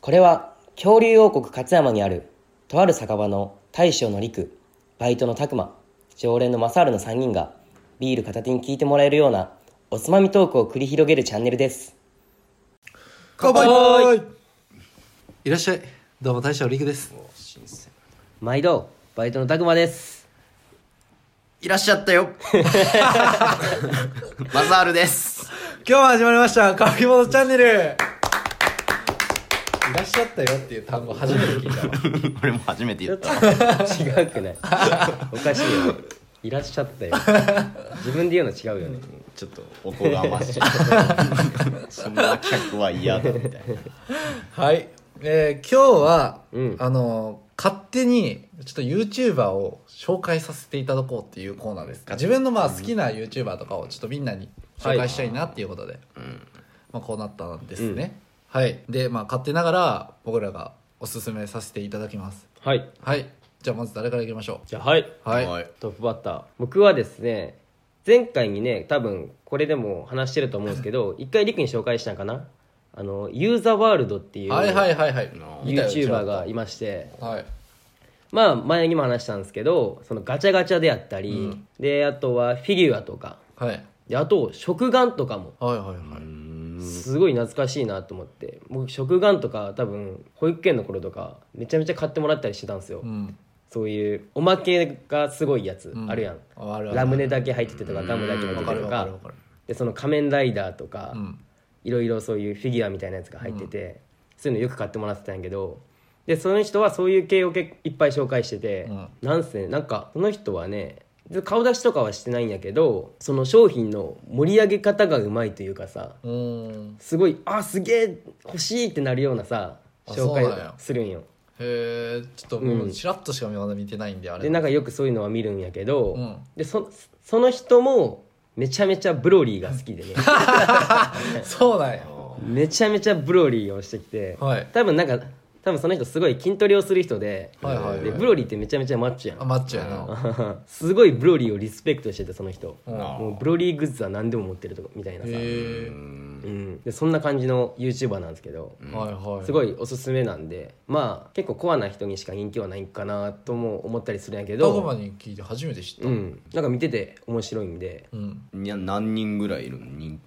これは恐竜王国勝山にあるとある酒場の大将の陸バイトの拓磨常連のマサールの3人がビール片手に聞いてもらえるようなおつまみトークを繰り広げるチャンネルです乾杯いいらっしゃいどうも大将リクです毎度バイトの拓磨ですらっしゃった よマザールです今日も始まりました「かきものチャンネル」いらっしゃったよっていう単語初めて聞いたわ俺も初めて言った違うくないおかしいよねいらっしゃったよ自分で言うの違うよねちょっとおこがましい そんな客は嫌だみたいはい、えー今日は、うんあのー勝手にちょっと YouTuber を紹介させていただこうっていうコーナーです自分のまあ好きな YouTuber とかをちょっとみんなに紹介したいなっていうことで、まあ、こうなったんですね、はいでまあ勝手ながら僕らがおすすめさせていただきますはいはいじゃあまず誰からいきましょじゃあはいはな、い、はい、トップバッター僕はですね前回にね多分これでも話してると思うんですけ ど一回リクに紹介したんかなあのユーザーワールドっていうはいはいはいはい見たよ YouTuber がいましてはいまあ前にも話したんですけどそのガチャガチャであったり、であとはフィギュアとかはいであと食玩とかもはいはいはいすごい懐かしいなと思って僕食玩とか多分保育園の頃とかめちゃめちゃ買ってもらったりしてたんですよ、うんそういうおまけがすごいやつあるやん、ああるあるラムネだけ入っててとかガムだけ入ってわかてるとわかかるわかるでその仮面ライダーとか、うんいろいろそういうフィギュアみたいなやつが入ってて、そういうのよく買ってもらってたんやけどでその人はそういう系を結構いっぱい紹介してて、うんなんせねなんかその人はね顔出しとかはしてないんやけどその商品の盛り上げ方がうまいというかさうーんすごいあすげえ欲しいってなるようなさあ紹そうなんや介するんよへえちょっともうちらっとしかまだ見てないんであれでなんかよくそういうのは見るんやけど、うんでそその人もめちゃめちゃブロリーが好きでねそうなんや めちゃめちゃブロリーをしてきて、はい多分なんか多分その人すごい筋トレをする人で,、はいはいはいでブロリーってめちゃめちゃマッチョあマッチョやなやん すごいブロリーをリスペクトしててその人、うんもうブロリーグッズは何でも持ってるとかみたいなさ、へえうん、でそんな感じの YouTuber なんですけど、はいはいすごいおすすめなんでまあ結構コアな人にしか人気はないかなとも思ったりするんやけドグマど、に聞いて初めて知ったうん、なんか見てて面白いんでうんいや何人ぐらいいるの人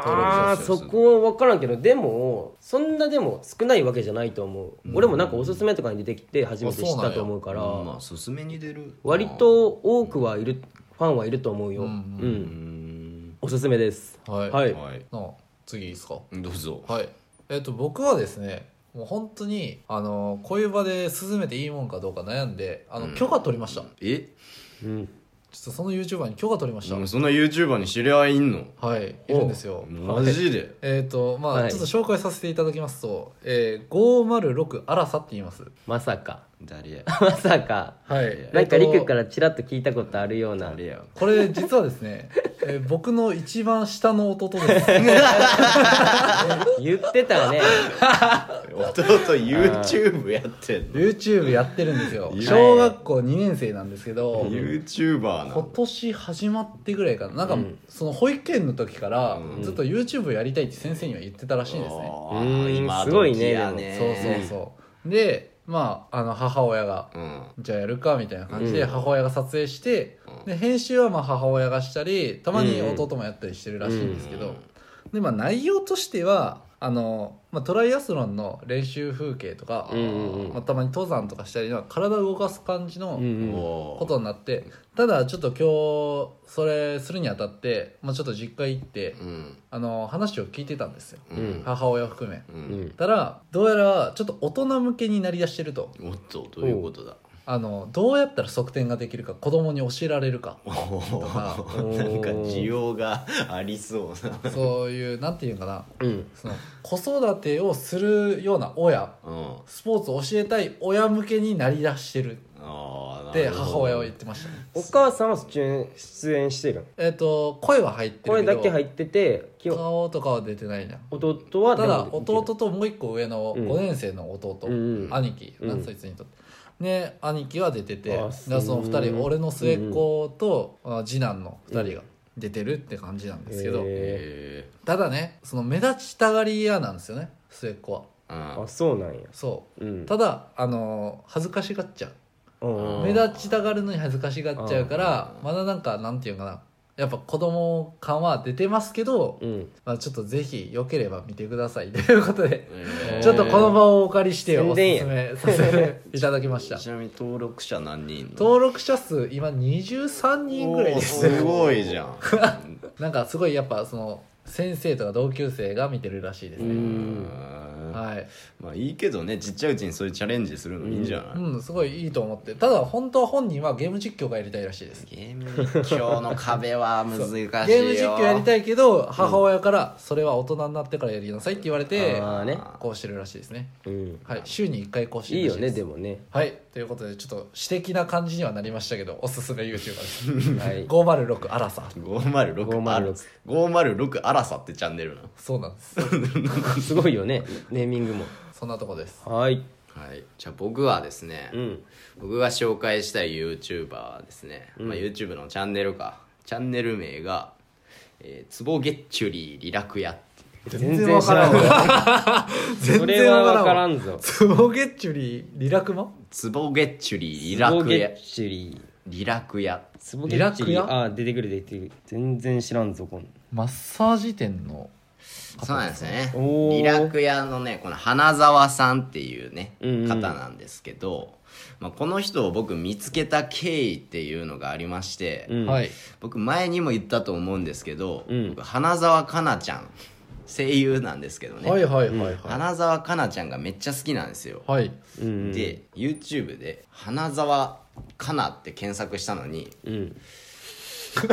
あーそこは分からんけどでもそんなでも少ないわけじゃないと思う、俺もなんかおすすめとかに出てきて初めてあ知そっうなんやたと思うから、まあすすめに出る割と多くはいるファンはいると思うよ、うんうんおすすめですはいはい、はいなあ次いいですかどうぞはいえっと僕はですねもう本当にあのこういう場で進めていいもんかどうか悩んであの許可取りましたちょえうん、っとその YouTuber に許可取りましおた前そんな YouTuber に知り合いいんのはいいるんですよマジでえーとまあはいちょっと紹介させていただきますと、えー、506あらさって言いますまさか 誰やまさかはいなんかえーりくとからちらっと聞いたことあるような誰 やこれ実はですね、えー僕の一番下の弟です 言ってたね弟 YouTube やってんの YouTube やってるんですよはい小学校2年生なんですけど YouTuber な今の年始まってぐらいかななんか、その保育園の時からうずっと YouTube やりたいって先生には言ってたらしいんですね、あーうん今すごいね時やそうそうそうでまああの母親がうんじゃあやるかみたいな感じで母親が撮影して、で編集はまあ母親がしたりたまに弟もやったりしてるらしいんですけど、でまあ内容としてはあの、まあ、トライアスロンの練習風景とか、うんうんうんまあ、たまに登山とかしたりなんか体を動かす感じのうんうんこことになって、ただちょっと今日それするにあたって、まあ、ちょっと実家行って、うんあの話を聞いてたんですようん母親含め。ううんんたらどうやらちょっと大人向けになりだしてるとおっとどういうことだあのどうやったら測定ができるか子供に教えられるかおーかなんか需要がありそうなそういうなんていうのかなうんその子育てをするような親うんスポーツを教えたい親向けになりだしてるああって母親は言ってましたお母さんは出演出演してるんえっ、と声は入ってるこけれどだけ入ってて基本顔とかは出てないな弟はただでも弟ともう一個上のうん5年生の弟、うんうん兄貴なうんそいつにとって。ね、兄貴は出ててだあからそそうの2人俺の末っ子と、あ次男の2人が出てるって感じなんですけど、へーえただねその目立ちたがり屋なんですよね末っ子はうんあそうなんやそうんうただあの恥ずかしがっちゃううん目立ちたがるのに恥ずかしがっちゃうからまだなんかなんていうかなやっぱ子供感は出てますけど、うんまあ、ちょっとぜひよければ見てくださいということでえちょっとこの場をお借りしてお宣すす伝やめさせていただきましーたちなみに登録者何人いんの登録者数今23人ぐらいおーですすごいじゃんなんかすごいやっぱその先生とか同級生が見てるらしいですうね、んはいまあいいけどねちっちゃいうちにそういうチャレンジするのいいんじゃない、うんすごいいいと思ってただ本当は本人はゲーム実況がやりたいらしいですゲーム実況の壁は難しいよゲーム実況やりたいけど母親からそれは大人になってからやりなさいって言われてああねこうしてるらしいですねうんはい週に1回更新いいらよしでねすでもね はいということでちょっと私的な感じにはなりましたけどおすすめ YouTuber です はい506アラサ506アラ506アラサってチャンネルなそうなんですすごいよねネーミングもそんなとこですはいはいじゃあ僕はですね、うん僕が紹介したい YouTuber はですね、まあ、YouTube のチャンネルかチャンネル名が「えー、ツボゲッチュリーリラクヤ」って全然わからんわ 全それ然はわからわんからわんぞツボゲッチュリーリラクマツボゲッチュリーリツラボクゲヤッチュリリラクヤーツボゲッチュリリーラクヤあー出てくる出てくる全然知らんぞこんマッサージ店のそうなんですよねおーリラクヤのねこの花澤さんっていうねうんうん方なんですけど、まあ、この人を僕見つけた経緯っていうのがありまして、うんはい僕前にも言ったと思うんですけど、うん僕花澤香菜ちゃん声優なんですけどね、はいはいはいは花澤香菜ちゃんがめっちゃ好きなんですよ、いはいうんで YouTube で「花澤香菜」って検索したのにうんツボゲ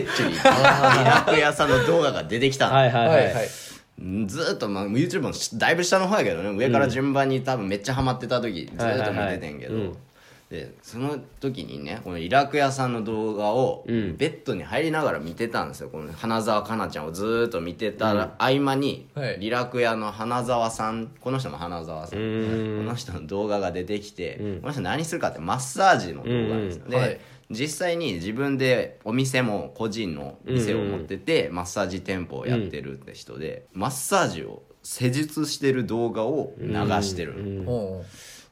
ッ チュにリラクヤさんの動画が出てきたのはいはいははいはいいずーっと、まあ、YouTube のしだいぶ下の方やけどね上から順番に多分めっちゃハマってた時、ずーっと見ててんけど、はいはいはいでその時にねこのイラク屋さんの動画をベんッドに入りながら見てたんですよこの花澤香菜ちゃんをずーっと見てたら合間に、はいリラク屋の花澤さんこの人も花澤さん、うーこんの人の動画が出てきて、この人何するかってマッサージの動画です、うんうんで、はい実際に自分でお店も個人の店を持ってて、マッサージ店舗をやってるって人で、マッサージを施術してる動画を流してる、おう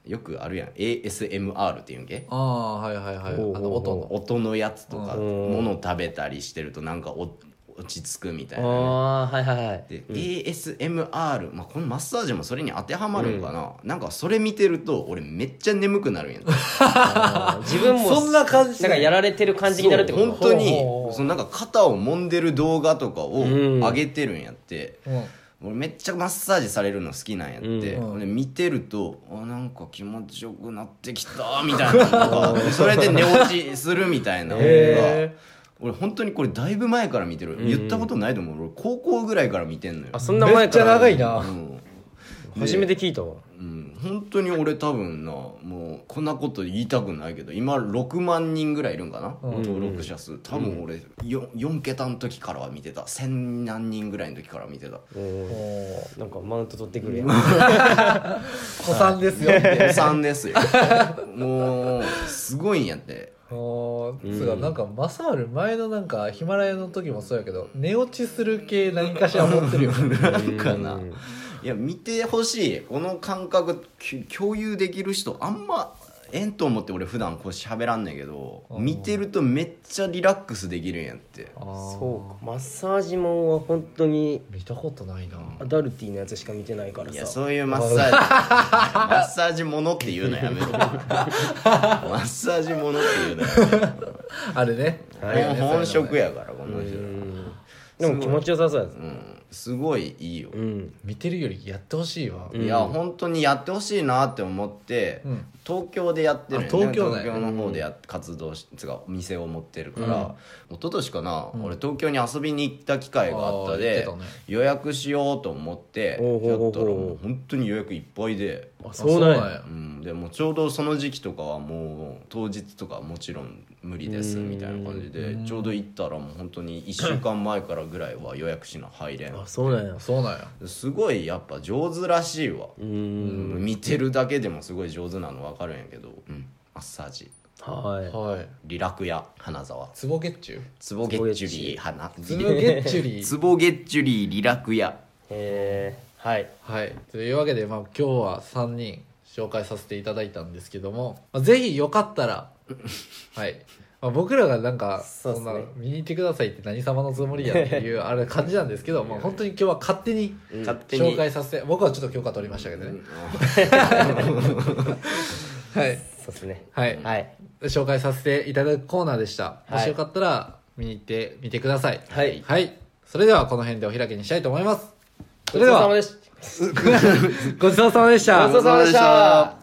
よくあるやん ASMR っていうんけああはいはいはいほうあほうほうの音の音のやつとかうん物食べたりしてるとなんかお落ち着くみたいなね、ああーはいはいはいで、ASMR、まあ、このマッサージもそれに当てはまるんかな、なんかそれ見てると俺めっちゃ眠くなるんやんあー自分もそんな感じなんかやられてる感じになるってこそうと本当にほうほうほうそのなんか肩を揉んでる動画とかをん上げてるんやって、うん俺めっちゃマッサージされるの好きなんやって、うんで見てるとあなんか気持ちよくなってきたみたいなのがそれで寝落ちするみたいなのがへ俺本当にこれだいぶ前から見てる、言ったことないと思う俺高校ぐらいから見てんのよあ、そんな前からめっちゃ長いなうん初めて聞いたわうん、本当に俺多分なもうこんなこと言いたくないけど今6万人ぐらいいるんかな、登録者数多分俺 4, 4桁の時からは見てた千何人ぐらいの時から見て たおーおなんかマウント取ってくるやん子さんですよってお産ですよもうすごいんやっておーつうかなんかマサール前のなんかヒマラヤの時もそうやけど寝落ちする系何かしら持ってるよねなんかないや見てほしいこの感覚き共有できる人あんまええんと思って俺普段こう喋らんねんけど見てるとめっちゃリラックスできるんやってそうかマッサージもんは本当にう見たことないなアダルティーなやつしか見てないからいやさそういうマッサージ マッサージものって言うのやめろマッサージものって言うのやあれねめろ本職やからこの人うんでも気持ちよさそうやつうんすごいいいよ、うん見てるよりやってほしいわいや本当にやってほしいなって思って、うん東京でやってるんやねあ東京だよ東京の方でや活動しつうかお店を持ってるから、一昨年かな、俺東京に遊びに行った機会があったであー言ってたね予約しようと思っておうほうほやうほうったらもう本当に予約いっぱいであそうなんあややうん、でもうちょうどその時期とかはもう当日とかはもちろん無理ですみたいな感じでちょうど行ったらもう本当に1週間前からぐらいは予約しな入れんあそうなんやそうなんやすごいやっぱ上手らしいわ、うんうん見てるだけでもすごい上手なの分かるんやけど、うん、マッサージははいリラクヤ花沢ツボゲッチュツボゲッチュリー花ツボゲッチュリツボゲッチュリーリラクヤいへえはいはい。というわけで、まあ、今日は3人紹介させていただいたんですけども、まあ、ぜひよかっ たら、はい。まあ、僕らがなんか、そうっそすんねな、見に行ってくださいって何様のつもりやっ ていう、あれ感じなんですけど、まあ、本当に今日は勝手に勝手に紹介させて、僕はちょっと許可取りましたけどね。 はい。そうですねはい。はい紹介させていただくコーナーでした。はいもしよかったら、見に行ってみてください。はいはい。それでは、この辺でお開きにしたいと思います。そごちそれでうさはま、でしたごちそうさまでしごた。ちそうさまでしごちそうさまでしたた